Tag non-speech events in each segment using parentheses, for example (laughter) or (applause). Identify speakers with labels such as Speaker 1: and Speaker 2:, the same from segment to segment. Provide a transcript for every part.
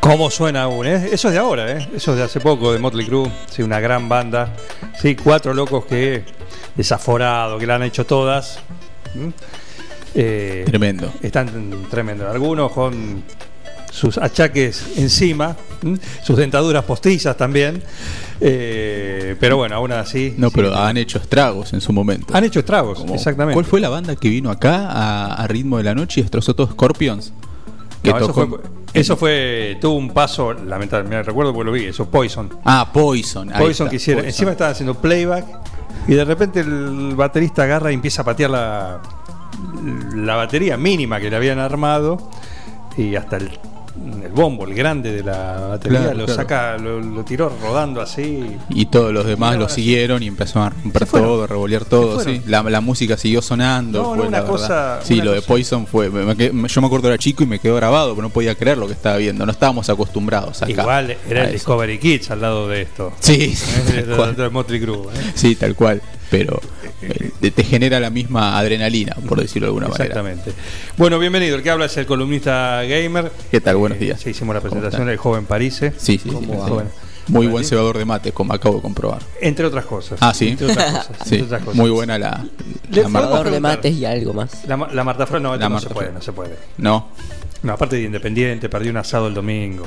Speaker 1: ¿Cómo suena aún? eh? Eso es de ahora, ¿eh? Eso es de hace poco, de Motley Crue. Sí, una gran banda. Sí, cuatro locos que desaforado, que la han hecho todas. ¿Mm? Eh,
Speaker 2: Tremendo.
Speaker 1: están tremendos. Algunos con sus achaques encima, ¿m? sus dentaduras postizas también. Eh, pero bueno, aún así.
Speaker 2: No,
Speaker 1: sí,
Speaker 2: pero han hecho estragos en su momento.
Speaker 1: Han hecho estragos,
Speaker 2: Como-
Speaker 1: exactamente.
Speaker 2: ¿Cuál fue la banda que vino acá a, a ritmo de la noche y destrozó todo Scorpions? Que
Speaker 1: No, eso,
Speaker 2: tocó-
Speaker 1: fue, eso fue- Tuvo un paso, lamentablemente, me recuerdo porque lo vi, eso, Poison.
Speaker 2: Ah, Poison. ahí
Speaker 1: Poison
Speaker 2: está,
Speaker 1: que hicieron.
Speaker 2: Poison.
Speaker 1: Encima estaban haciendo playback y de repente el baterista agarra y empieza a patear la, la batería mínima que le habían armado y hasta el, el bombo, el grande de la batería,
Speaker 2: Claro,
Speaker 1: lo
Speaker 2: claro.
Speaker 1: saca, lo, lo tiró rodando así.
Speaker 2: Y todos los demás
Speaker 1: Mira,
Speaker 2: lo
Speaker 1: ahora
Speaker 2: siguieron y empezaron a romper
Speaker 1: Se fueron.
Speaker 2: todo, a revolear todo.
Speaker 1: Se fueron.
Speaker 2: sí. La, la música siguió sonando.
Speaker 1: No, no,
Speaker 2: fue
Speaker 1: una
Speaker 2: la verdad.
Speaker 1: cosa-
Speaker 2: Sí,
Speaker 1: una
Speaker 2: lo de
Speaker 1: cosa-
Speaker 2: Poison fue. me- me quedé- me- yo me acuerdo era chico y me quedó grabado, pero no podía creer lo que estaba viendo. No estábamos acostumbrados acá.
Speaker 1: Igual era
Speaker 2: a
Speaker 1: el
Speaker 2: eso.
Speaker 1: Discovery Kids al lado de esto.
Speaker 2: Sí,
Speaker 1: ¿eh? (laughs)
Speaker 2: (laughs) tal
Speaker 1: De-
Speaker 2: cual.
Speaker 1: de- de Motley Crue, ¿eh?
Speaker 2: Sí, tal cual. Pero eh, te- te genera la misma adrenalina, por decirlo de alguna manera.
Speaker 1: Exactamente. Bueno, bienvenido. El que habla es el columnista gamer.
Speaker 2: ¿Qué tal? Buenos
Speaker 1: Eh,
Speaker 2: días.
Speaker 1: sí, hicimos la
Speaker 2: ¿Cómo
Speaker 1: presentación del joven Parise.
Speaker 2: Sí, sí, sí,
Speaker 1: ¿Cómo
Speaker 2: sí.
Speaker 1: va? Bueno.
Speaker 2: Muy buen cebador de mate, como acabo de comprobar.
Speaker 1: Entre otras cosas.
Speaker 2: Ah, sí.
Speaker 1: Entre otras
Speaker 2: (laughs)
Speaker 1: cosas,
Speaker 2: Sí,
Speaker 1: entre otras cosas.
Speaker 2: muy buena la,
Speaker 1: Le fue-
Speaker 2: la Marta.
Speaker 1: Vamos a
Speaker 3: Jugador de
Speaker 1: preguntar.
Speaker 3: mates y algo más.
Speaker 1: La, ma- la Marta Fran, no, este
Speaker 2: La
Speaker 1: no
Speaker 2: Marta
Speaker 1: se puede,
Speaker 2: Fran.
Speaker 1: no se puede.
Speaker 2: No.
Speaker 1: No, aparte de Independiente, perdí un asado el domingo.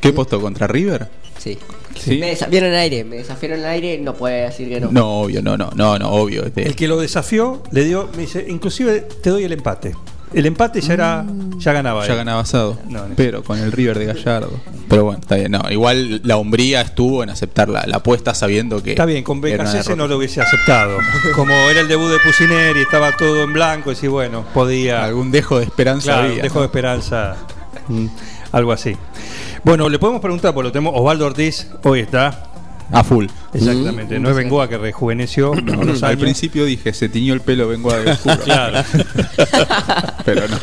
Speaker 2: ¿Qué postó contra River?
Speaker 3: Sí.
Speaker 2: Sí.
Speaker 3: Me desafiaron al aire, me desafiaron al aire, no puede decir que no.
Speaker 2: No, obvio, no, no, no, no, obvio. este,
Speaker 1: El que lo desafió le dio, me dice, inclusive te doy el empate. El empate ya era, ya ganaba.
Speaker 2: ya
Speaker 1: él.
Speaker 2: ganaba asado.
Speaker 1: No, no.
Speaker 2: Pero con el River de Gallardo. Pero bueno, está bien. No, igual la hombría estuvo en aceptar la, la apuesta sabiendo que.
Speaker 1: Está bien, con
Speaker 2: era una
Speaker 1: Becasese
Speaker 2: derrota.
Speaker 1: no lo hubiese
Speaker 2: (laughs)
Speaker 1: aceptado. Como era el debut de Pusineri, estaba todo en blanco, y sí, bueno, podía.
Speaker 2: Algún dejo de esperanza
Speaker 1: Claro,
Speaker 2: había,
Speaker 1: dejo
Speaker 2: ¿no?
Speaker 1: de esperanza. Mm, Algo así. Bueno, le podemos preguntar, por lo tenemos Osvaldo Ortiz, hoy está.
Speaker 2: A full.
Speaker 1: Exactamente, no es Bengoa que
Speaker 2: (clears throat)
Speaker 1: rejuveneció con los
Speaker 2: Mm. Al
Speaker 1: años.
Speaker 2: principio dije, se tiñó el pelo, vengo a ver oscuro.
Speaker 1: Claro.
Speaker 2: (laughs) Pero no.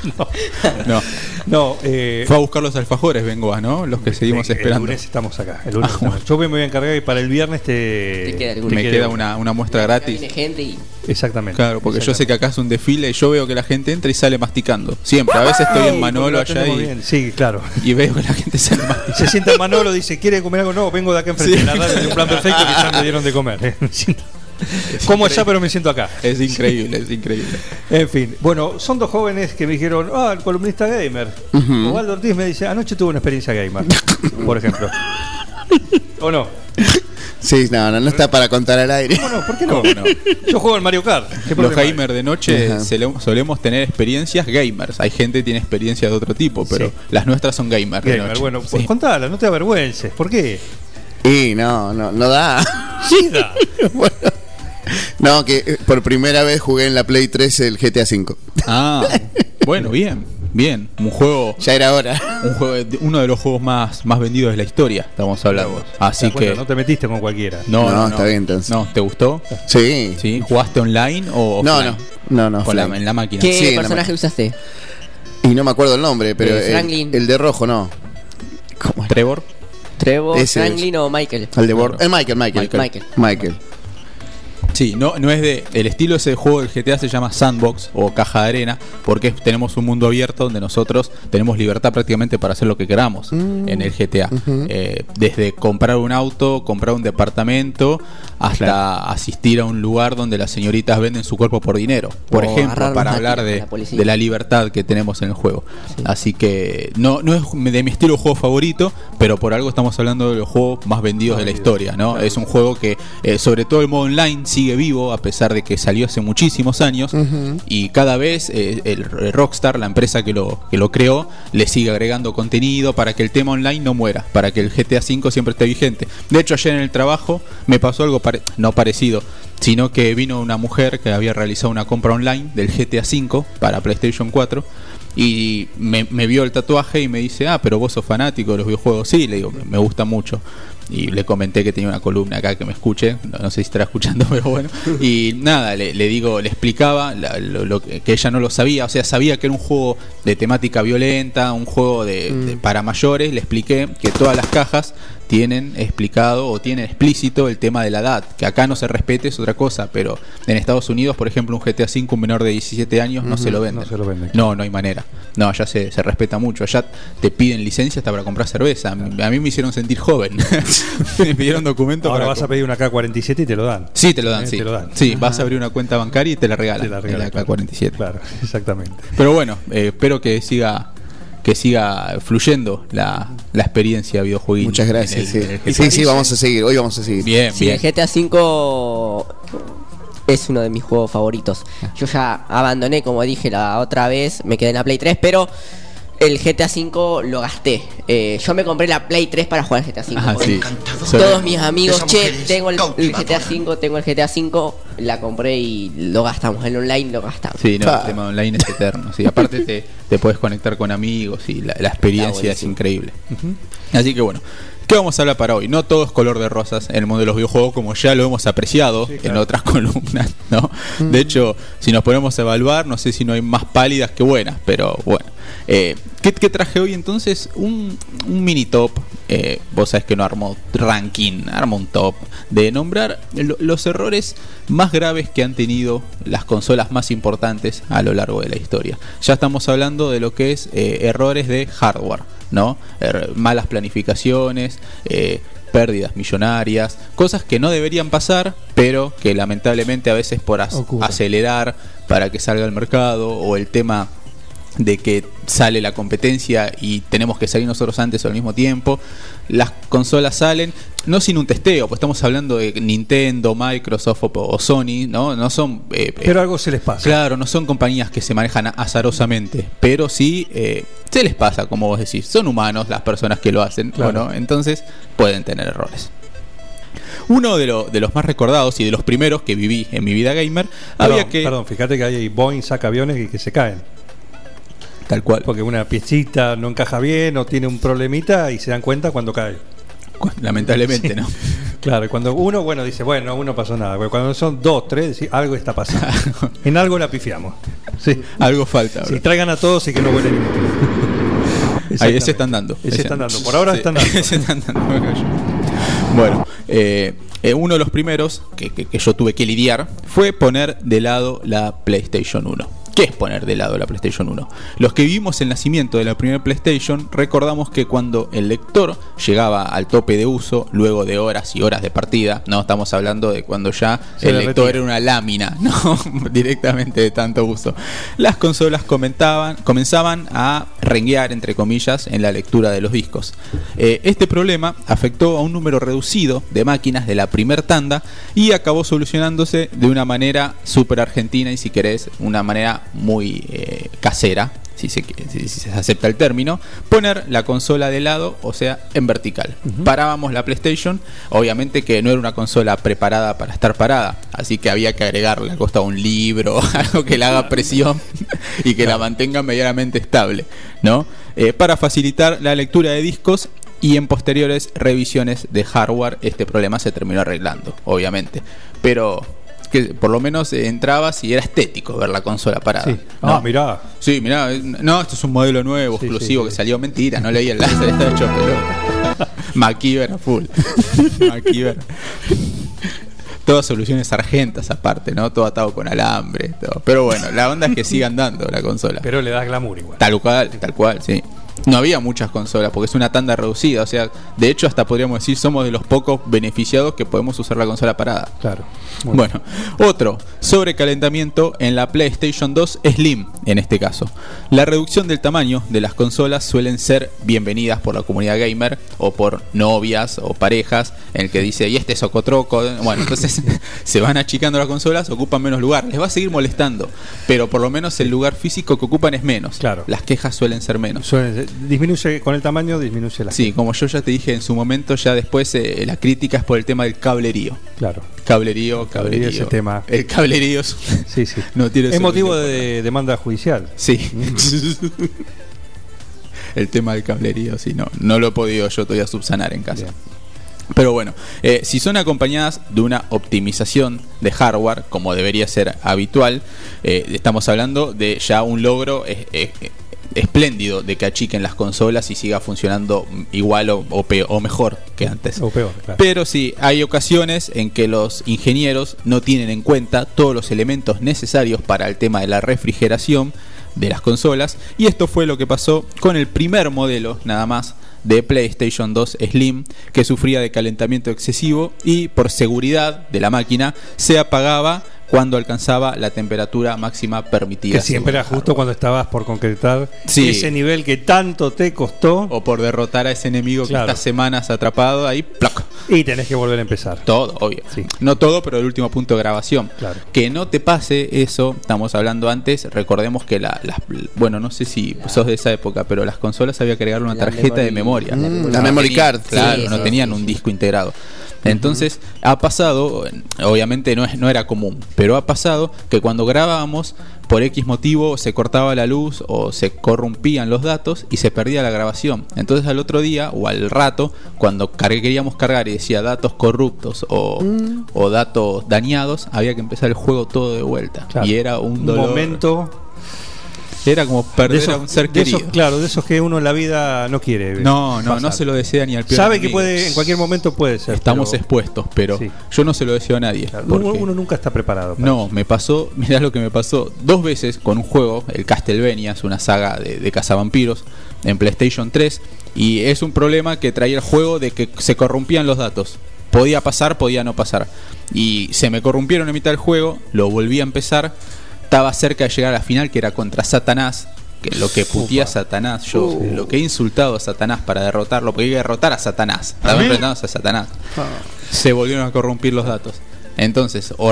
Speaker 2: no.
Speaker 1: No, eh,
Speaker 2: Fue a buscar los alfajores, vengo a, ¿no? Los que seguimos
Speaker 1: el- El
Speaker 2: esperando.
Speaker 1: lunes estamos acá. el lunes
Speaker 2: Ah,
Speaker 1: estamos.
Speaker 2: bueno.
Speaker 1: Yo me voy a encargar y para el viernes te.
Speaker 3: Te queda alguno.
Speaker 1: te
Speaker 2: Me queda una, una muestra
Speaker 3: Acá
Speaker 2: gratis.
Speaker 3: viene gente y
Speaker 1: Exactamente.
Speaker 2: Claro, porque yo sé
Speaker 1: Exactamente.
Speaker 2: que acá es un desfile y yo veo que la gente entra y sale masticando. Siempre. A veces estoy en
Speaker 1: Sí,
Speaker 2: Manolo
Speaker 1: lo
Speaker 2: allá
Speaker 1: tenemos
Speaker 2: y,
Speaker 1: bien. Sí, claro.
Speaker 2: y veo que la gente sale masticando.
Speaker 1: Se sienta Manolo, dice, ¿quiere comer algo? No, vengo de acá enfrente.
Speaker 2: Sí.
Speaker 1: La radio de un plan perfecto que ya me dieron de comer. (laughs) eh. Me siento- Como allá, pero me siento acá.
Speaker 2: Es increíble, es increíble.
Speaker 1: En fin, bueno, son dos jóvenes que me dijeron, ah, el columnista gamer. Osvaldo Ortiz me dice, anoche tuve una experiencia gamer, por ejemplo.
Speaker 2: (laughs)
Speaker 1: ¿O no?
Speaker 4: Sí, no, no, no está para contar al aire.
Speaker 1: ¿O no? ¿Por qué no?
Speaker 2: ¿Cómo no?
Speaker 1: Yo juego al Mario Kart. ¿Qué
Speaker 2: Los
Speaker 1: problema hay?
Speaker 2: gamers de noche
Speaker 4: Ajá.
Speaker 2: sele- solemos tener experiencias gamers. Hay gente que tiene experiencias de otro tipo, pero
Speaker 1: Sí.
Speaker 2: las nuestras son gamers. de
Speaker 1: Gamer,
Speaker 2: noche.
Speaker 1: bueno,
Speaker 2: Sí.
Speaker 1: pues contala, no te avergüences. ¿Por qué?
Speaker 4: Y no, no, no da. (laughs)
Speaker 1: Sí, (laughs) da.
Speaker 4: Bueno, no, que eh, por primera vez jugué en la Play 3 el GTA V.
Speaker 2: Ah, bueno, bien, bien. Un juego,
Speaker 4: Ya
Speaker 2: (laughs)
Speaker 4: era hora.
Speaker 2: un juego de- uno de los juegos más, más vendidos de la historia, estamos hablando. Así
Speaker 1: Te das cuenta,
Speaker 2: que.
Speaker 1: Ah, No te metiste con cualquiera.
Speaker 2: No,
Speaker 4: No, está bien, entonces.
Speaker 2: No, ¿te gustó?
Speaker 4: Sí.
Speaker 2: ¿Sí? ¿Jugaste online o.?
Speaker 4: No,
Speaker 2: offline?
Speaker 4: no, no, no.
Speaker 2: Con la-
Speaker 4: offline.
Speaker 2: en la máquina.
Speaker 3: ¿Qué
Speaker 4: Sí, en la
Speaker 3: personaje
Speaker 4: ma-
Speaker 3: usaste?
Speaker 4: Y no me acuerdo el nombre, pero
Speaker 3: Eh,
Speaker 4: el,
Speaker 3: Franklin.
Speaker 4: el de rojo no.
Speaker 2: ¿Trevor?
Speaker 3: ¿Trevor,
Speaker 4: Ese es.
Speaker 3: Franklin o Michael?
Speaker 4: El de Bor
Speaker 2: Claro.
Speaker 4: eh, Michael, Michael,
Speaker 3: Michael.
Speaker 4: Michael.
Speaker 2: Sí, no, no es de. El estilo de ese juego del GTA se llama sandbox o caja de arena, porque es- tenemos un mundo abierto donde nosotros tenemos libertad prácticamente para hacer lo que queramos
Speaker 3: Mm.
Speaker 2: en el GTA. Eh, desde comprar un auto, comprar un departamento, hasta asistir a un lugar donde las señoritas venden su cuerpo por dinero. Por
Speaker 3: O agarrar
Speaker 2: ejemplo,
Speaker 3: los
Speaker 2: para
Speaker 3: matices
Speaker 2: hablar
Speaker 3: de
Speaker 2: de
Speaker 3: la policía.
Speaker 2: de la libertad que tenemos en el juego. Así que no, no es de mi estilo de juego favorito, pero por algo estamos hablando de los juegos más vendidos de la historia, ¿no? Es un juego que, eh, sobre todo el modo online, sigue vivo, a pesar de que salió hace muchísimos años, y cada vez eh, el, el Rockstar, la empresa que lo, que lo creó, le sigue agregando contenido para que el tema online no muera, para que el GTA V siempre esté vigente. De hecho, ayer en el trabajo me pasó algo pare- no parecido sino que vino una mujer que había realizado una compra online del GTA V para PlayStation 4 y me, me vio el tatuaje y me dice, ah, pero vos sos fanático de los videojuegos. Sí, le digo, me, me gusta mucho. Y le comenté que tenía una columna acá que me escuche, no, no sé si estará (laughs) escuchando, pero bueno. Y nada, le, le digo, le explicaba la- lo, lo que que ella no lo sabía, o sea, sabía que era un juego de temática violenta, un juego de, de- para mayores, le expliqué que todas las cajas tienen explicado o tienen explícito el tema de la edad. Que acá no se respete es otra cosa, pero en Estados Unidos, por ejemplo, un GTA V un menor de 17 años no
Speaker 1: Ujú,
Speaker 2: se lo venden.
Speaker 1: no se lo venden.
Speaker 2: No, no hay manera. No, allá se, se respeta mucho. Allá te piden licencia hasta para comprar cerveza. A mí me hicieron
Speaker 1: (laughs)
Speaker 2: sentir joven. me pidieron documentos
Speaker 1: Ahora
Speaker 2: para
Speaker 1: vas a
Speaker 2: comprar.
Speaker 1: pedir una K47 y te lo dan.
Speaker 2: Sí, te lo dan,
Speaker 1: Eh,
Speaker 2: sí.
Speaker 1: te lo dan.
Speaker 2: Sí, vas a abrir una cuenta bancaria y te la regalan.
Speaker 1: Te la
Speaker 2: en la
Speaker 1: regalan, claro.
Speaker 2: K47.
Speaker 1: Claro, (laughs) exactamente.
Speaker 2: Pero bueno, eh, espero que siga que siga fluyendo la, la experiencia videojueguil.
Speaker 4: Muchas gracias.
Speaker 2: en el- en el
Speaker 4: sí,
Speaker 2: GTA.
Speaker 4: sí, sí, vamos a seguir. Hoy vamos a seguir.
Speaker 2: Bien,
Speaker 3: Sí,
Speaker 2: bien.
Speaker 3: el GTA V es uno de mis juegos favoritos. Yo ya abandoné, como dije la otra vez, me quedé en la Play 3, pero el GTA V lo gasté. Eh, yo me compré la Play 3 para jugar al GTA V.
Speaker 2: Ah, sí.
Speaker 3: Todos mis amigos,
Speaker 5: Esa
Speaker 3: che,
Speaker 5: mujer es
Speaker 3: tengo el, el
Speaker 5: cautivadora.
Speaker 3: GTA V, tengo el GTA V, la compré y lo gastamos, el online lo gastamos.
Speaker 2: Sí, no,
Speaker 4: Ah.
Speaker 2: el tema online es eterno. Sí, aparte te, te puedes conectar con amigos y la, la experiencia es
Speaker 3: buenísimo.
Speaker 2: increíble. Así que bueno, ¿qué vamos a hablar para hoy? No todo es color de rosas en el mundo de los videojuegos, como ya lo hemos apreciado en otras (laughs) columnas, ¿no? De hecho, si nos ponemos a evaluar, no sé si no hay más pálidas que buenas, pero bueno. Eh, ¿qué, qué traje hoy entonces? Un, un mini top. eh, vos sabés que no armó ranking, armó un top de nombrar lo- los errores más graves que han tenido las consolas más importantes a lo largo de la historia. Ya estamos hablando de lo que es eh, errores de hardware, ¿no? Er- malas planificaciones, eh, pérdidas millonarias, cosas que no deberían pasar, pero que lamentablemente a veces por as-
Speaker 6: Ocurre.
Speaker 2: acelerar para que salga al mercado o el tema de que sale la competencia y tenemos que salir nosotros antes o al mismo tiempo. Las consolas salen, no sin un testeo, pues estamos hablando de Nintendo, Microsoft o, o Sony, ¿no? No son eh, eh,
Speaker 1: Pero algo se les pasa.
Speaker 2: Claro, no son compañías que se manejan azarosamente, pero sí eh, se les pasa, como vos decís. Son humanos las personas que lo hacen,
Speaker 1: Claro.
Speaker 2: bueno, entonces pueden tener errores. Uno de, lo- de los más recordados y de los primeros que viví en mi vida gamer,
Speaker 1: Perdón,
Speaker 2: había que...
Speaker 1: perdón, fíjate que hay Boeing saca aviones y que se caen.
Speaker 2: Tal cual.
Speaker 1: Porque una piecita no encaja bien o tiene un problemita y se dan cuenta cuando cae.
Speaker 2: cu- Lamentablemente, ¿no? (laughs)
Speaker 1: Claro, y cuando uno, bueno, dice, bueno, uno pasó nada. Pero cuando son dos, tres, decís, algo está pasando.
Speaker 2: (laughs)
Speaker 1: en algo la pifiamos. Sí.
Speaker 2: Algo falta. bro.
Speaker 1: Si traigan a todos y que no vuelen
Speaker 2: Ahí ese están dando.
Speaker 1: Ese están dando. Por ahora
Speaker 2: Sí, (laughs)
Speaker 1: están dando.
Speaker 2: ese están dando, me callo. Bueno, eh, eh, uno de los primeros que, que- que yo tuve que lidiar fue poner de lado la PlayStation 1. ¿Qué es poner de lado la PlayStation 1? Los que vivimos el nacimiento de la primera PlayStation recordamos que cuando el lector llegaba al tope de uso, luego de horas y horas de partida, no estamos hablando de cuando ya
Speaker 1: Se
Speaker 2: el
Speaker 1: le
Speaker 2: lector
Speaker 1: retira.
Speaker 2: era una lámina, (laughs) ¿no? Directamente de tanto uso. Las consolas comentaban, comenzaban a renguear, entre comillas, en la lectura de los discos. Eh, este problema afectó a un número reducido de máquinas de la primer tanda y acabó solucionándose de una manera súper argentina y, si querés, una manera muy eh, casera, si se, si se acepta el término, poner la consola de lado, o sea, en vertical. Parábamos la PlayStation, obviamente que no era una consola preparada para estar parada, así que había que agregarle al costado un libro, (laughs) algo que le haga presión (laughs) y que la mantenga medianamente estable, ¿no? Eh, para facilitar la lectura de discos y en posteriores revisiones de hardware este problema se terminó arreglando, obviamente. Pero que por lo menos eh, entrabas y era estético ver la consola parada.
Speaker 1: Sí.
Speaker 2: ¿no?
Speaker 1: Ah, mirá.
Speaker 2: Sí, mirá, eh, no, esto es un modelo nuevo,
Speaker 1: Sí,
Speaker 2: exclusivo,
Speaker 1: sí, sí.
Speaker 2: que salió mentira, no leí el láser, estaba hecho
Speaker 1: (laughs)
Speaker 2: pelota. MacGyver a full. MacGyver. Todas soluciones argentas aparte, ¿no? Todo atado con alambre, todo. Pero bueno, la onda es que siga andando la consola.
Speaker 1: Pero le das glamour igual.
Speaker 2: Tal cual, tal cual, sí. No había muchas consolas porque es una tanda reducida, o sea, de hecho hasta podríamos decir somos de los pocos beneficiados que podemos usar la consola parada.
Speaker 1: Claro. Muy bien.
Speaker 2: Bueno, otro, sobrecalentamiento en la PlayStation 2 Slim, en este caso. La reducción del tamaño de las consolas suelen ser bienvenidas por la comunidad gamer o por novias o parejas, en el que dice, y este socotroco, bueno, entonces (laughs) se van achicando las consolas, ocupan menos lugar, les va a seguir molestando, pero por lo menos el lugar físico que ocupan es menos.
Speaker 1: Claro.
Speaker 2: Las quejas suelen ser menos.
Speaker 1: Suele- disminuye con el tamaño, disminuye la.
Speaker 2: Sí, como yo ya te dije en su momento, ya después eh, la crítica es por el tema del cablerío.
Speaker 1: Claro. Cablerío,
Speaker 2: Cablerío, cablerío.
Speaker 1: ese tema.
Speaker 2: El cablerío es,
Speaker 1: Sí, sí.
Speaker 2: No tiene
Speaker 1: es motivo
Speaker 2: sentido.
Speaker 1: de demanda judicial.
Speaker 2: Sí. el tema del cablerío, sí, no, no lo he podido yo todavía subsanar en casa.
Speaker 1: Bien.
Speaker 2: Pero bueno, eh, si son acompañadas de una optimización de hardware, como debería ser habitual, eh, estamos hablando de ya un logro eh, eh, eh, espléndido de que achiquen las consolas y siga funcionando igual o, o, peor, o mejor que antes.
Speaker 1: O peor, claro.
Speaker 2: Pero sí, hay ocasiones en que los ingenieros no tienen en cuenta todos los elementos necesarios para el tema de la refrigeración de las consolas y esto fue lo que pasó con el primer modelo nada más de PlayStation 2 Slim que sufría de calentamiento excesivo y por seguridad de la máquina se apagaba cuando alcanzaba la temperatura máxima permitida.
Speaker 1: Que siempre era
Speaker 2: según el
Speaker 1: justo
Speaker 2: hardware.
Speaker 1: cuando estabas por concretar
Speaker 2: Sí. Oh.
Speaker 1: ese nivel que tanto te costó
Speaker 2: o por derrotar a ese enemigo
Speaker 1: Claro.
Speaker 2: que está semanas atrapado ahí, ¡plac!
Speaker 1: y tenés que volver a empezar.
Speaker 2: Todo, obvio.
Speaker 1: Sí.
Speaker 2: No todo, pero el último punto de grabación.
Speaker 1: Claro.
Speaker 2: Que no te pase eso, estamos hablando antes, recordemos que la- las... Bueno, no sé si sos de esa época, pero las consolas había que agregar una
Speaker 3: La
Speaker 2: tarjeta de
Speaker 3: memoria.
Speaker 2: memoria.
Speaker 3: Mm,
Speaker 2: No
Speaker 4: la memory card.
Speaker 2: Claro,
Speaker 3: Sí,
Speaker 2: no
Speaker 3: sí,
Speaker 2: tenían
Speaker 3: sí,
Speaker 2: un
Speaker 3: sí.
Speaker 2: disco integrado. Entonces, ha pasado, obviamente no, es, no era común, pero ha pasado que cuando grabábamos, por X motivo se cortaba la luz o se corrompían los datos y se perdía la grabación. Entonces al otro día o al rato, cuando cargue- queríamos cargar y decía datos corruptos o,
Speaker 1: Mm.
Speaker 2: o datos dañados, había que empezar el juego todo de vuelta.
Speaker 1: Claro.
Speaker 2: Y era un dolor.
Speaker 1: momento
Speaker 2: era como perder a un ser
Speaker 1: de esos-
Speaker 2: querido.
Speaker 1: claro, de esos que uno en la vida no quiere.
Speaker 2: no, no, no
Speaker 1: pasar.
Speaker 2: se lo desea ni al peor
Speaker 1: Sabe que
Speaker 2: enemigo.
Speaker 1: puede, en cualquier momento puede ser.
Speaker 2: Estamos
Speaker 1: pero-
Speaker 2: expuestos, pero
Speaker 1: Sí.
Speaker 2: yo no se lo deseo a nadie.
Speaker 1: claro,
Speaker 2: porque-
Speaker 1: uno, uno nunca está preparado. para
Speaker 2: no, me pasó, (laughs) mirá lo que me pasó dos veces con un juego, el Castlevania, es una saga de, de cazavampiros en PlayStation 3, y es un problema que traía el juego de que se corrompían los datos. Podía pasar, podía no pasar. Y se me corrompieron en mitad del juego, lo volví a empezar, estaba cerca de llegar a la final que era contra Satanás. Que lo que putía Satanás, yo
Speaker 1: Uh.
Speaker 2: lo que he insultado a Satanás para derrotarlo, porque iba a derrotar a Satanás, estaba enfrentándose a Satanás se volvieron a corrompir los datos. Entonces, o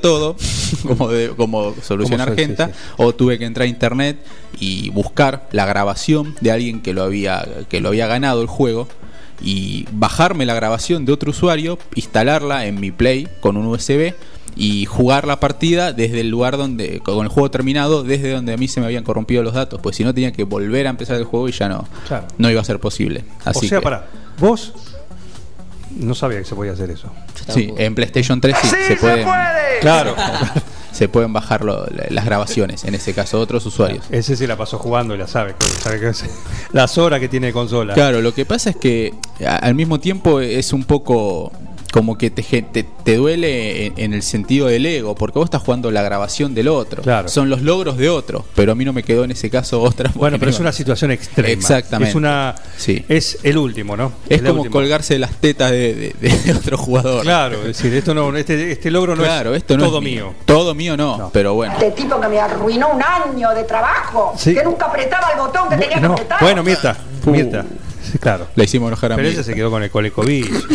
Speaker 1: (laughs)
Speaker 2: todo, como, de- como solución
Speaker 1: Como sol,
Speaker 2: argenta,
Speaker 1: sí,
Speaker 2: o tuve que entrar a internet y buscar la grabación de alguien que lo había, que lo había ganado el juego. Y bajarme la grabación de otro usuario, instalarla en mi Play con un USB y jugar la partida desde el lugar donde, con el juego terminado, desde donde a mí se me habían corrompido los datos, pues si no tenía que volver a empezar el juego y ya no,
Speaker 1: Claro.
Speaker 2: no iba a ser posible. Así
Speaker 1: o sea,
Speaker 2: que,
Speaker 1: pará, vos no sabía que se podía hacer eso.
Speaker 2: sí, en PlayStation 3 sí, se, pueden-
Speaker 1: Claro.
Speaker 2: se pueden bajar lo- la- las grabaciones, en ese caso otros usuarios.
Speaker 1: (laughs) Ese se la pasó jugando y la sabe. que- sabe que es- (laughs) las horas que tiene de consola.
Speaker 2: Claro, lo que pasa es que a- al mismo tiempo es un poco como que te, gen- te, te duele en, en el sentido del ego, porque vos estás jugando la grabación del otro,
Speaker 1: Claro.
Speaker 2: son los logros de otro, pero a mí no me quedó en ese caso otra.
Speaker 1: Bueno, pero es una
Speaker 2: opinión.
Speaker 1: situación extrema.
Speaker 2: Exactamente.
Speaker 1: Es una.
Speaker 2: Sí.
Speaker 1: Es el último, ¿no?
Speaker 2: Es
Speaker 1: la
Speaker 2: como
Speaker 1: última.
Speaker 2: colgarse de las tetas de, de- de otro jugador.
Speaker 1: Claro, es decir, esto no, este, este logro no
Speaker 2: Claro,
Speaker 1: es
Speaker 2: esto no
Speaker 1: todo
Speaker 2: es
Speaker 1: mío.
Speaker 2: Todo mío no,
Speaker 1: No.
Speaker 2: pero bueno.
Speaker 5: Este tipo que me arruinó un año de trabajo,
Speaker 1: Sí.
Speaker 5: que nunca apretaba el botón que tenía que
Speaker 1: No,
Speaker 5: apretar.
Speaker 1: Bueno, Mirta,
Speaker 2: Uh.
Speaker 1: Mirta, sí, claro.
Speaker 2: La hicimos enojar a
Speaker 1: Pero
Speaker 2: mí.
Speaker 1: ella se quedó con el
Speaker 2: (laughs)
Speaker 1: Colecovic.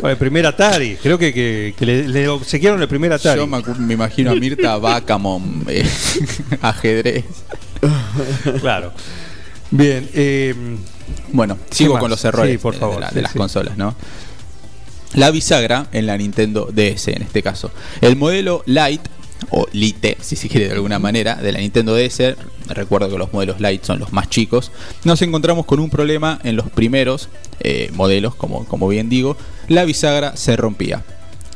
Speaker 1: con el primer Atari. Creo que, que, que le, le obsequiaron el primer Atari.
Speaker 2: Yo me, acu- me imagino a Mirta Bacamon, eh, (laughs) ajedrez.
Speaker 1: Claro. Bien. eh,
Speaker 2: Bueno, sigo
Speaker 1: más?
Speaker 2: con los errores
Speaker 1: Sí, por
Speaker 2: de- de,
Speaker 1: favor,
Speaker 2: la- de
Speaker 1: sí,
Speaker 2: las
Speaker 1: sí.
Speaker 2: consolas, ¿no? La bisagra en la Nintendo DS, en este caso. El modelo Lite, o Lite, si se quiere de alguna manera, de la Nintendo DS, recuerdo que los modelos Lite son los más chicos, nos encontramos con un problema en los primeros eh, modelos, como, como bien digo, la bisagra se rompía.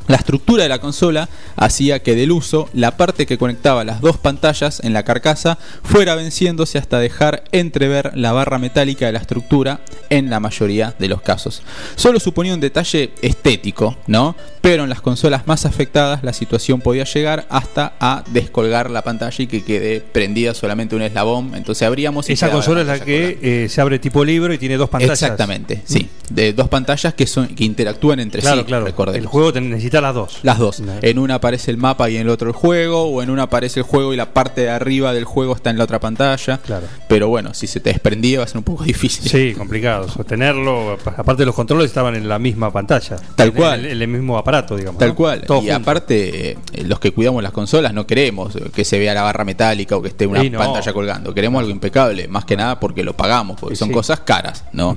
Speaker 2: La estructura de la consola hacía que del uso la parte que conectaba las dos pantallas en la carcasa fuera venciéndose hasta dejar entrever la barra metálica de la estructura en la mayoría de los casos. Solo suponía un detalle estético, ¿no? Pero en las consolas más afectadas la situación podía llegar hasta a descolgar la pantalla y que quede prendida solamente un eslabón. Entonces abríamos y
Speaker 1: esa
Speaker 2: quedaba
Speaker 1: consola es la
Speaker 2: pantalla colgada.
Speaker 1: que eh, se abre tipo libro y tiene dos pantallas.
Speaker 2: Exactamente, sí. De dos pantallas que, son, que interactúan entre
Speaker 1: Claro,
Speaker 2: sí.
Speaker 1: claro.
Speaker 2: recordemos.
Speaker 1: El juego te necesita las dos.
Speaker 2: Las dos.
Speaker 1: No.
Speaker 2: En una aparece el mapa y en el otro el juego, o en una aparece el juego y la parte de arriba del juego está en la otra pantalla.
Speaker 1: Claro.
Speaker 2: Pero bueno, si se te desprendía va a ser un poco (laughs) difícil.
Speaker 1: Sí, complicado. Sostenerlo. Aparte, los controles estaban en la misma pantalla.
Speaker 2: Tal
Speaker 1: En
Speaker 2: cual.
Speaker 1: el- En el mismo aparato, digamos.
Speaker 2: Tal
Speaker 1: ¿no?
Speaker 2: cual.
Speaker 1: Todo
Speaker 2: y
Speaker 1: junto.
Speaker 2: aparte, eh, los que cuidamos las consolas no queremos eh, que se vea la barra metálica o que esté una
Speaker 1: Y no.
Speaker 2: pantalla colgando. Queremos algo impecable, más que nada porque lo pagamos, porque
Speaker 1: Y
Speaker 2: son
Speaker 1: sí.
Speaker 2: cosas caras, ¿no?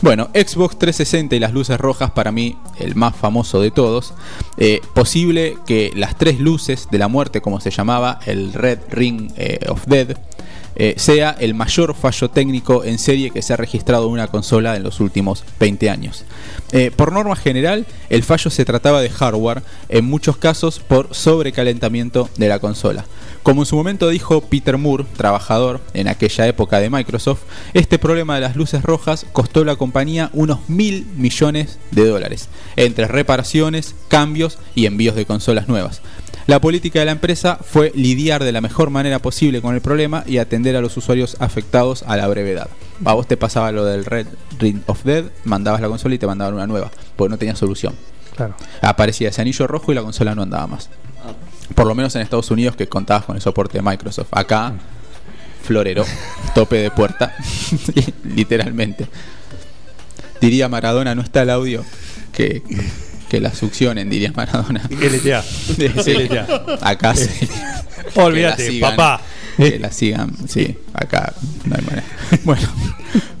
Speaker 2: Bueno, Xbox 360 y las luces rojas, para mí, el más famoso de todos. Eh, posible que las tres luces de la muerte, como se llamaba, el Red Ring eh, of Dead, eh, sea el mayor fallo técnico en serie que se ha registrado en una consola en los últimos 20 años. Eh, por norma general, el fallo se trataba de hardware, en muchos casos por sobrecalentamiento de la consola. Como en su momento dijo Peter Moore, trabajador en aquella época de Microsoft, este problema de las luces rojas costó a la compañía unos mil millones de dólares, entre reparaciones, cambios y envíos de consolas nuevas. La política de la empresa fue lidiar de la mejor manera posible con el problema y atender a los usuarios afectados a la brevedad. A vos te pasaba lo del Red Ring of Dead, mandabas la consola y te mandaban una nueva, porque no tenía solución.
Speaker 1: Claro.
Speaker 2: Aparecía ese anillo rojo y la consola no andaba más. Por lo menos en Estados Unidos que contabas con el soporte de Microsoft. Acá,
Speaker 1: (laughs)
Speaker 2: florero, tope de puerta, (laughs) literalmente. Diría Maradona, no está el audio, que, que la succionen, diría
Speaker 1: (laughs)
Speaker 2: Maradona. (laughs)
Speaker 1: LTA.
Speaker 2: Sí.
Speaker 1: LTA.
Speaker 2: Acá sí.
Speaker 1: Eh, Olvídate,
Speaker 2: Que la sigan,
Speaker 1: papá.
Speaker 2: Que la sigan, sí, acá no hay manera. (laughs) Bueno,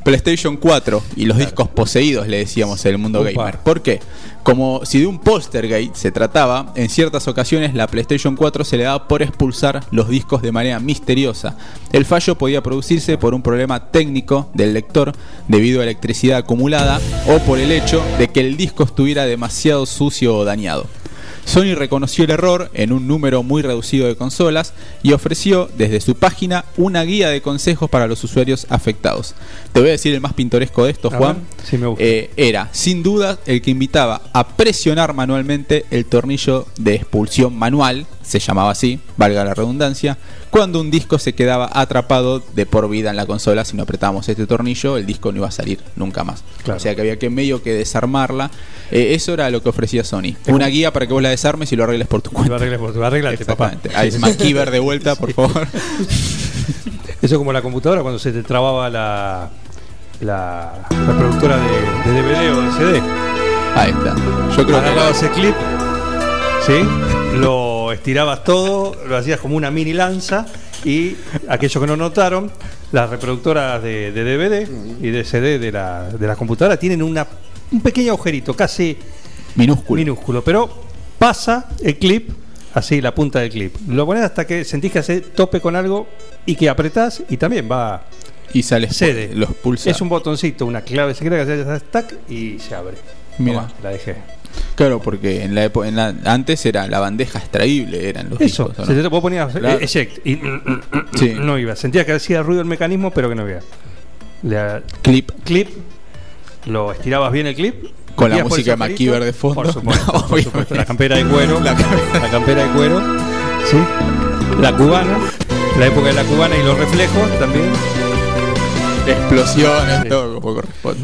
Speaker 2: PlayStation 4 y los discos poseídos, le decíamos en el mundo
Speaker 1: Opa.
Speaker 2: gamer. ¿Por qué? Como si de un Poltergeist se trataba, en ciertas ocasiones la PlayStation 4 se le daba por expulsar los discos de manera misteriosa. El fallo podía producirse por un problema técnico del lector debido a electricidad acumulada o por el hecho de que el disco estuviera demasiado sucio o dañado. Sony reconoció el error en un número muy reducido de consolas y ofreció desde su página una guía de consejos para los usuarios afectados. Te voy a decir el más pintoresco de estos,
Speaker 1: A ver,
Speaker 2: Juan.
Speaker 1: sí, me gusta.
Speaker 2: Eh, era, sin duda, el que invitaba a presionar manualmente el tornillo de expulsión manual, se llamaba así, valga la redundancia, cuando un disco se quedaba atrapado de por vida en la consola. Si no apretábamos este tornillo, el disco no iba a salir nunca más.
Speaker 1: Claro.
Speaker 2: O sea que había que medio que desarmarla. Eh, eso era lo que ofrecía Sony. Una guía para que vos la desarmes y lo arregles por tu
Speaker 1: Lo
Speaker 2: cuenta.
Speaker 1: arreglas por tu- arreglate, papá.
Speaker 2: Exactamente. Ahí es MacGyver de vuelta, por favor.
Speaker 1: Eso es como la computadora cuando se te trababa la, la, la productora de, de DVD o de CD.
Speaker 2: Ahí está. Yo creo que
Speaker 1: Agarrabas el clip, ¿sí? Lo estirabas todo, lo hacías como una mini lanza y aquellos que no notaron, las reproductoras de, de DVD y de CD de, la, de las computadoras tienen una, un pequeño agujerito, casi
Speaker 2: minúsculo.
Speaker 1: minúsculo, pero pasa el clip, así la punta del clip. Lo pones hasta que sentís que hace tope con algo y que apretás y también va
Speaker 2: y sale
Speaker 1: cede.
Speaker 2: los pulsa.
Speaker 1: Es un botoncito, una clave secreta que hace tac y se abre.
Speaker 2: Mira.
Speaker 1: Tomá, la dejé.
Speaker 2: Claro, porque en la época en la- antes era la bandeja extraíble, eran los
Speaker 1: Eso,
Speaker 2: discos, ¿o
Speaker 1: se
Speaker 2: no?
Speaker 1: te, vos ponías
Speaker 2: Claro.
Speaker 1: eh, eject y mm,
Speaker 2: Sí.
Speaker 1: no iba. Sentías que hacía ruido el mecanismo, pero que no iba. Le-
Speaker 2: clip
Speaker 1: clip, lo estirabas bien el clip.
Speaker 2: Con
Speaker 1: metías por
Speaker 2: la
Speaker 1: el
Speaker 2: música de
Speaker 1: agujerito.
Speaker 2: MacGyver de fondo.
Speaker 1: Por
Speaker 2: (laughs)
Speaker 1: supuesto,
Speaker 2: No,
Speaker 1: por supuesto.
Speaker 2: obviamente.
Speaker 1: La campera de cuero.
Speaker 2: La
Speaker 1: La,
Speaker 2: campera.
Speaker 1: campera de cuero. Sí. La cubana. La época de la cubana y los reflejos también.
Speaker 2: explosiones,
Speaker 1: Sí.
Speaker 2: todo como corresponde.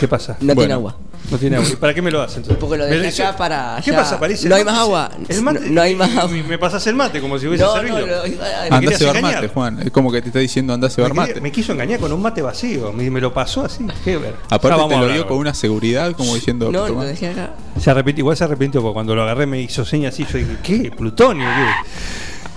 Speaker 1: ¿Qué pasa?
Speaker 3: No tiene
Speaker 2: Bueno.
Speaker 3: agua.
Speaker 1: No tiene agua. ¿Y ¿Para qué me lo haces entonces?
Speaker 3: Porque lo
Speaker 1: Me
Speaker 3: dejé
Speaker 1: dice-
Speaker 3: acá para
Speaker 1: ¿Qué
Speaker 3: allá.
Speaker 1: pasa? Parece
Speaker 3: No
Speaker 1: el
Speaker 3: hay más
Speaker 1: mate.
Speaker 3: agua.
Speaker 1: El mate-
Speaker 3: No- no hay más
Speaker 1: y-
Speaker 3: agua.
Speaker 1: y Me pasas el mate como si hubiese servido.
Speaker 3: lo-
Speaker 1: me
Speaker 2: Andá a
Speaker 1: querías
Speaker 2: cebar
Speaker 1: engañar.
Speaker 2: mate, Juan. Es como que te está diciendo andá a
Speaker 1: Me,
Speaker 2: cebar
Speaker 1: quería-
Speaker 2: mate.
Speaker 1: me quiso engañar con un mate vacío. Me, me lo pasó así. Qué ver. Ya
Speaker 2: Aparte
Speaker 1: vamos
Speaker 2: te
Speaker 1: a
Speaker 2: lo
Speaker 1: hablar,
Speaker 2: dio con una seguridad, como diciendo.
Speaker 3: no,
Speaker 2: tomá.
Speaker 3: lo dejé acá.
Speaker 1: Se arrepintió, igual se arrepintió porque cuando lo agarré me hizo señas así. Yo dije, ¿qué? ¿Plutonio?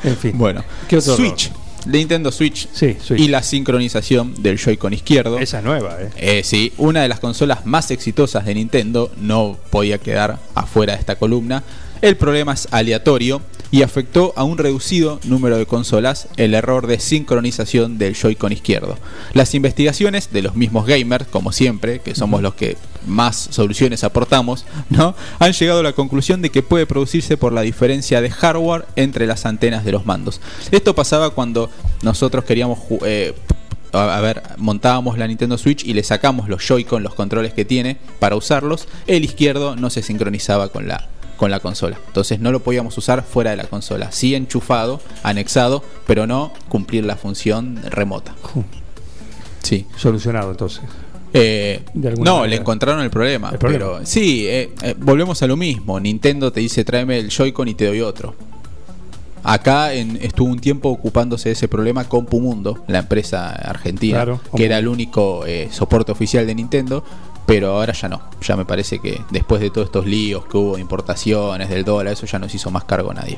Speaker 1: ¿Qué? En fin.
Speaker 2: Bueno,
Speaker 1: ¿Qué otro
Speaker 2: Switch, Nintendo Switch,
Speaker 1: Sí, Switch.
Speaker 2: y la sincronización del Joy-Con izquierdo.
Speaker 1: error? Esa es nueva, ¿eh?
Speaker 2: Eh, sí, una de las consolas más exitosas de Nintendo no podía quedar afuera de esta columna. El problema es aleatorio y afectó a un reducido número de consolas el error de sincronización del Joy-Con izquierdo. Las investigaciones de los mismos gamers, como siempre, que somos los que más soluciones aportamos, ¿no? Han llegado a la conclusión de que puede producirse por la diferencia de hardware entre las antenas de los mandos. Esto pasaba cuando nosotros queríamos ju- eh, a a ver, montábamos la Nintendo Switch y le sacamos los Joy-Con, los controles que tiene para usarlos, el izquierdo no se sincronizaba con la con la consola. Entonces no lo podíamos usar fuera de la consola, sí enchufado, anexado, pero no cumplir la función remota.
Speaker 1: Ju.
Speaker 2: Sí.
Speaker 1: Solucionado entonces.
Speaker 2: Eh,
Speaker 1: De
Speaker 2: no,
Speaker 1: alguna
Speaker 2: le
Speaker 1: manera.
Speaker 2: encontraron el problema,
Speaker 1: El problema.
Speaker 2: pero sí, eh, eh, volvemos a lo mismo. Nintendo te dice tráeme el Joy-Con y te doy otro. Acá en- estuvo un tiempo ocupándose de ese problema CompuMundo, la empresa argentina,
Speaker 1: Claro,
Speaker 2: que
Speaker 1: Compu-
Speaker 2: era el único eh, soporte oficial de Nintendo, pero ahora ya no. Ya me parece que después de todos estos líos que hubo, de importaciones, del dólar, eso ya no se hizo más cargo nadie.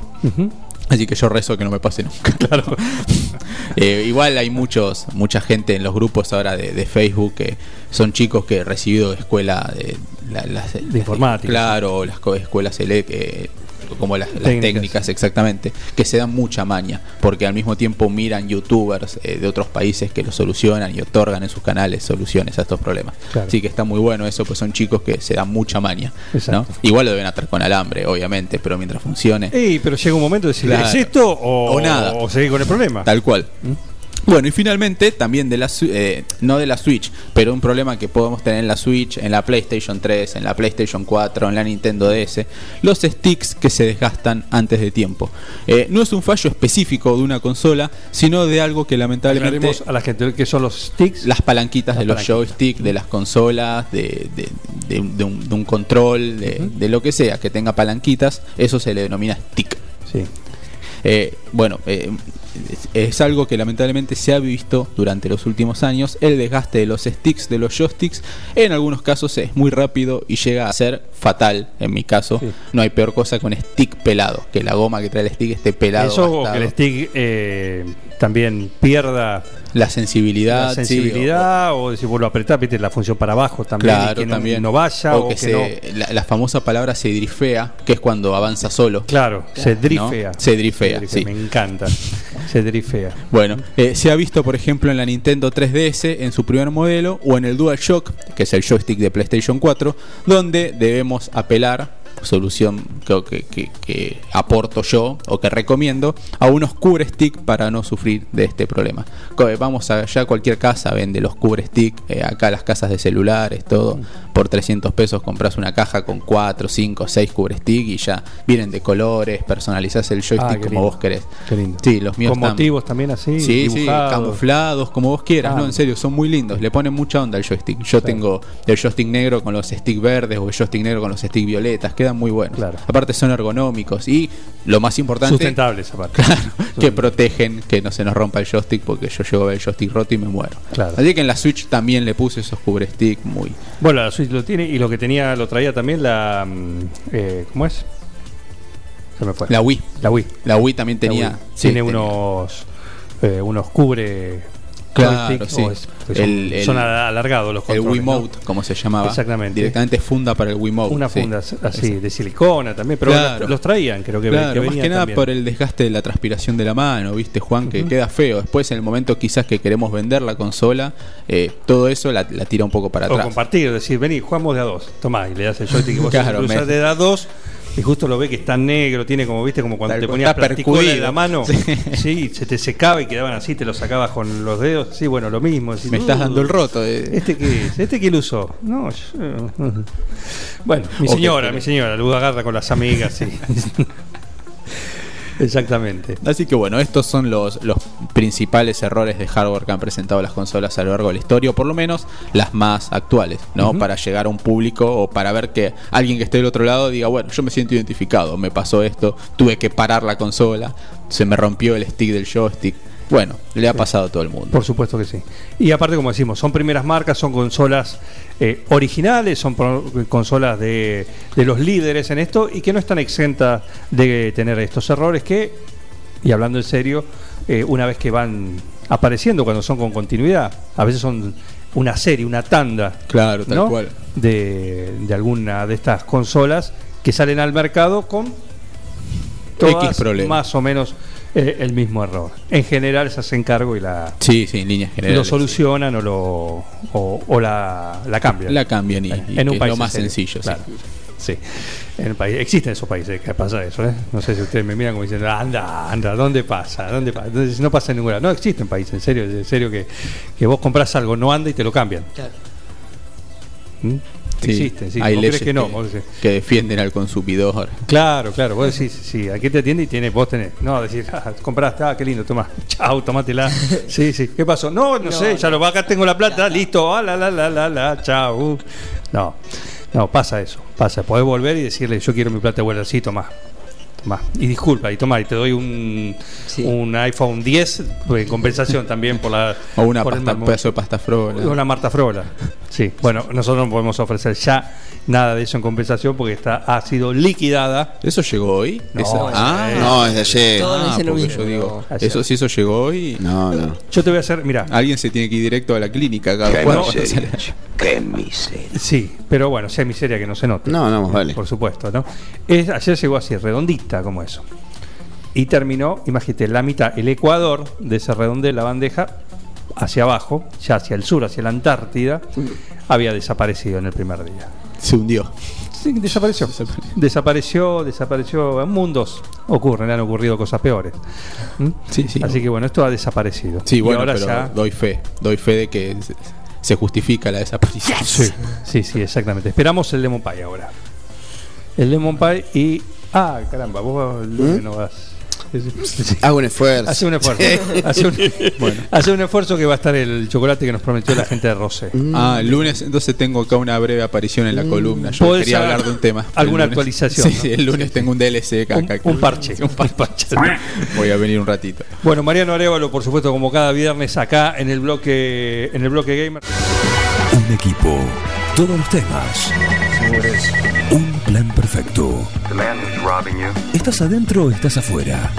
Speaker 2: Así que yo rezo que no me pase nunca. (laughs) Claro. Eh, igual hay muchos, mucha gente en los grupos ahora de, de Facebook que son chicos que han recibido de escuela de, la- las-
Speaker 1: De informática.
Speaker 2: Claro, o las co- escuelas ele- eh, como las, las
Speaker 1: Técnicas.
Speaker 2: técnicas. exactamente, que se dan mucha maña, porque al mismo tiempo miran youtubers eh, de otros países que lo solucionan y otorgan en sus canales soluciones a estos problemas.
Speaker 1: Claro.
Speaker 2: Así que está muy bueno eso, pues son chicos que se dan mucha maña. ¿no?
Speaker 1: Exacto.
Speaker 2: Igual lo deben atar con alambre, obviamente, pero mientras funcione,
Speaker 1: Ey, pero llega un momento de decir,
Speaker 2: Claro.
Speaker 1: ¿es esto o,
Speaker 2: O nada.
Speaker 1: o seguir con el problema?
Speaker 2: Tal cual. Bueno, y finalmente, también de la Su- eh, no de la Switch, pero un problema que podemos tener en la Switch, en la PlayStation 3, en la PlayStation 4, en la Nintendo DS, los sticks que se desgastan antes de tiempo. Eh, no es un fallo específico de una consola, sino de algo que lamentablemente
Speaker 1: Aclaremos a la gente que son los sticks.
Speaker 2: las palanquitas
Speaker 1: Las
Speaker 2: de los
Speaker 1: palanquitas.
Speaker 2: joysticks, de las consolas, de, de- de un- de un, de un control, de, de lo que sea que tenga palanquitas, eso se le denomina stick.
Speaker 1: Sí.
Speaker 2: Eh, bueno, eh, es es algo que lamentablemente se ha visto durante los últimos años. El desgaste de los sticks, de los joysticks, en algunos casos es muy rápido y llega a ser fatal. En mi caso,
Speaker 1: Sí.
Speaker 2: no hay peor cosa con stick pelado, que la goma que trae el stick esté pelado.
Speaker 1: Eso o que
Speaker 2: gastado.
Speaker 1: el stick eh, también pierda
Speaker 2: La sensibilidad,
Speaker 1: la
Speaker 2: sí, o-
Speaker 1: sensibilidad o, decir, vos lo apretás, viste la función para abajo también, y que no, no vaya o,
Speaker 2: que,
Speaker 1: que,
Speaker 2: se-
Speaker 1: no.
Speaker 2: la, la famosa palabra se drifea, que es cuando avanza solo.
Speaker 1: Claro, se drifea.
Speaker 2: Se drifea, sí.
Speaker 1: Me encanta. Se drifea.
Speaker 2: Bueno, eh, se ha visto por ejemplo en la Nintendo 3DS en su primer modelo o en el DualShock, que es el joystick de PlayStation 4, donde debemos apelar, solución creo que, que- que aporto yo o que recomiendo, a unos cubre stick para no sufrir de este problema. Co- eh, Vamos allá, cualquier casa vende los cubre stick, eh, acá las casas de celulares, todo, por 300 pesos compras una caja con 4, 5, 6 cubre stick y ya vienen de colores, personalizás el joystick
Speaker 1: Ah, qué
Speaker 2: como
Speaker 1: lindo.
Speaker 2: vos querés.
Speaker 1: Qué lindo.
Speaker 2: Sí, los míos
Speaker 1: Con
Speaker 2: están-
Speaker 1: motivos también así,
Speaker 2: Sí, sí,
Speaker 1: dibujados.
Speaker 2: camuflados, como vos quieras,
Speaker 1: Ah.
Speaker 2: no, en serio, son muy lindos, le ponen mucha onda al joystick. Yo tengo el joystick negro con los stick verdes o el joystick negro con los stick violetas, quedan muy buenos.
Speaker 1: Claro.
Speaker 2: Aparte son ergonómicos y lo más importante
Speaker 1: Sustentables aparte.
Speaker 2: (laughs) Claro, que protegen que no se nos rompa el joystick porque yo llego a ver el joystick roto y me muero.
Speaker 1: Claro.
Speaker 2: Así que en la Switch también le puse esos cubre stick muy
Speaker 1: (laughs) Bueno, la Switch lo tiene y lo que tenía lo traía también la. mm, eh, ¿Cómo es? Se me fue.
Speaker 2: la Wii.
Speaker 1: La Wii.
Speaker 2: La Wii también
Speaker 1: La Wii.
Speaker 2: tenía sí,
Speaker 1: tiene
Speaker 2: tenía.
Speaker 1: unos. eh, unos cubre.
Speaker 2: Claro,
Speaker 1: joystick,
Speaker 2: sí.
Speaker 1: o es- que son,
Speaker 2: El- el-
Speaker 1: son alargados los
Speaker 2: el
Speaker 1: controles. ¿no?
Speaker 2: Wiimote, como se llamaba.
Speaker 1: Exactamente.
Speaker 2: Directamente funda para el Wiimote.
Speaker 1: Una
Speaker 2: sí.
Speaker 1: funda así, de silicona también, pero
Speaker 2: Claro.
Speaker 1: bueno, los traían, creo que,
Speaker 2: Claro,
Speaker 1: que
Speaker 2: más
Speaker 1: venían
Speaker 2: que nada
Speaker 1: también.
Speaker 2: por el desgaste de la transpiración de la mano, ¿viste, Juan? Que queda feo. Después, en el momento quizás que queremos vender la consola, eh, todo eso la, la tira un poco para
Speaker 1: O
Speaker 2: atrás.
Speaker 1: compartir, decir, vení, jugamos de a dos. Tomá, y le das el joystick que vos
Speaker 2: Claro,
Speaker 1: usás
Speaker 2: me-
Speaker 1: de a dos. Y justo lo ve que está negro, tiene como, viste, como cuando
Speaker 2: Tal
Speaker 1: te
Speaker 2: cual,
Speaker 1: ponías
Speaker 2: está
Speaker 1: plasticola en
Speaker 2: percudido.
Speaker 1: la mano. Sí.
Speaker 2: Sí.
Speaker 1: se te secaba y quedaban así, te lo sacabas con los dedos. Sí, bueno, lo mismo. decís,
Speaker 2: Me estás
Speaker 1: "Uh,
Speaker 2: dando el roto. eh.
Speaker 1: ¿Este qué es? ¿Este qué lo usó? No, yo- Bueno, mi
Speaker 2: O que
Speaker 1: señora,
Speaker 2: te-
Speaker 1: mi señora, lo agarra con las amigas, sí. (laughs) Exactamente.
Speaker 2: Así que bueno, estos son los, los principales errores de hardware que han presentado las consolas a lo largo de la historia, o por lo menos las más actuales, ¿no? Para llegar a un público o para ver que alguien que esté del otro lado diga, bueno, yo me siento identificado, me pasó esto, tuve que parar la consola, se me rompió el stick del joystick. Bueno, le ha pasado a todo el mundo.
Speaker 1: Por supuesto que sí. Y aparte, como decimos, son primeras marcas, son consolas eh, originales, son pro- consolas de, de los líderes en esto y que no están exentas de tener estos errores que, y hablando en serio, eh, una vez que van apareciendo, cuando son con continuidad, a veces son una serie, una tanda.
Speaker 2: Claro, tal
Speaker 1: ¿no?
Speaker 2: cual.
Speaker 1: De, de alguna de estas consolas que salen al mercado con todas
Speaker 2: problema.
Speaker 1: más o menos eh, el mismo error. En general se hacen cargo y la,
Speaker 2: Sí, sí, en líneas generales.
Speaker 1: lo solucionan o, lo, o, o la, la cambian.
Speaker 2: La cambian y, y
Speaker 1: en
Speaker 2: que
Speaker 1: un
Speaker 2: es
Speaker 1: país
Speaker 2: lo más
Speaker 1: serio,
Speaker 2: sencillo. sí.
Speaker 1: claro. Sí. En el país. Existen esos países que pasa eso, ¿eh? No sé si ustedes me miran como diciendo, anda, anda, ¿dónde pasa? ¿Dónde pasa? Entonces, no pasa en ninguna. No existen países, en serio, en serio que, que vos compras algo, no anda y te lo cambian. ¿Mm?
Speaker 2: Sí,
Speaker 1: Existen, sí.
Speaker 2: Hay
Speaker 1: Vos crees
Speaker 2: leyes
Speaker 1: que no.
Speaker 2: que-
Speaker 1: vos decís,
Speaker 2: que defienden al consumidor.
Speaker 1: Claro, claro, vos decís, sí, aquí te atiende y tiene, vos tenés. No, decís, (laughs) ah, compraste, ah, qué lindo, (laughs) tomá, chau, (laughs) tomátela. Sí, sí, ¿qué pasó? No, no, sé, ya lo va, acá tengo la plata, listo, ah, la, la, la, la, la, chau. No, no, pasa eso, pasa. Podés volver y decirle, yo quiero mi plata de vuelta, sí, tomá. tomá. Y disculpa, y tomá, y te doy un,
Speaker 3: Sí.
Speaker 1: un iPhone 10 pues, en compensación también por la.
Speaker 2: (laughs) O una
Speaker 1: por el
Speaker 2: pasta,
Speaker 1: mal
Speaker 2: un
Speaker 1: momento.
Speaker 2: pedazo de pasta frola.
Speaker 1: Una Marta Frola. Sí. Bueno, nosotros no podemos ofrecer ya nada de eso en compensación porque está, ha sido liquidada.
Speaker 2: ¿Eso llegó hoy?
Speaker 1: No,
Speaker 2: Esa-
Speaker 1: no,
Speaker 2: ah,
Speaker 1: eh.
Speaker 4: No, es de ayer.
Speaker 3: Todo lo
Speaker 2: Ah,
Speaker 3: dicen lo
Speaker 2: porque
Speaker 3: mismo.
Speaker 2: yo digo,
Speaker 1: No.
Speaker 2: eso, si eso llegó hoy,
Speaker 4: No, no.
Speaker 1: Yo te voy a hacer, mira,
Speaker 2: alguien se tiene que ir directo a la clínica. acá.
Speaker 6: Qué
Speaker 2: Bueno,
Speaker 6: miseria. Qué miseria.
Speaker 1: sí, pero bueno, sea miseria que no se note.
Speaker 4: No, no, más vale.
Speaker 1: Por supuesto, ¿no? Es, ayer llegó así, redondito. pista como eso. Y terminó, imagínate, la mitad, el Ecuador, de ese redonde de la bandeja, hacia abajo, ya hacia el sur, hacia la Antártida,
Speaker 2: Mm.
Speaker 1: había desaparecido en el primer día.
Speaker 2: Se hundió.
Speaker 1: Sí, desapareció. Desapareció, desapareció. En mundos ocurren, han ocurrido cosas peores. ¿Mm?
Speaker 2: Sí, sí.
Speaker 1: Así que bueno, esto ha desaparecido.
Speaker 2: Sí,
Speaker 1: Y
Speaker 2: bueno,
Speaker 1: ahora
Speaker 2: pero
Speaker 1: ya-
Speaker 2: doy fe. Doy fe de que se- se justifica la desaparición.
Speaker 1: Sí, sí, sí, exactamente. Esperamos el Lemon Pie ahora. El Lemon Pie y. Ah, caramba, vos Luis, no vas. Sí.
Speaker 4: Hago un esfuerzo.
Speaker 1: Hace un esfuerzo. Hace, un, hace un esfuerzo que va a estar el chocolate que nos prometió la gente de Rosé.
Speaker 2: Ah,
Speaker 1: Mm.
Speaker 2: el lunes entonces tengo acá una breve aparición en la columna. Yo
Speaker 1: ¿Podés
Speaker 2: quería
Speaker 1: hacer
Speaker 2: hablar de un tema. El
Speaker 1: Mm. alguna
Speaker 2: lunes-
Speaker 1: actualización,
Speaker 2: (laughs) Sí,
Speaker 1: no?
Speaker 2: el lunes tengo un DLC acá.
Speaker 1: Un,
Speaker 2: acá.
Speaker 1: un parche. Un par- parche.
Speaker 2: Voy a venir un ratito.
Speaker 1: Bueno, Mariano Arevalo, por supuesto, como cada viernes acá en el bloque, en el bloque gamer.
Speaker 7: Un equipo, todos los temas. Un plan perfecto. ¿Estás adentro o estás afuera?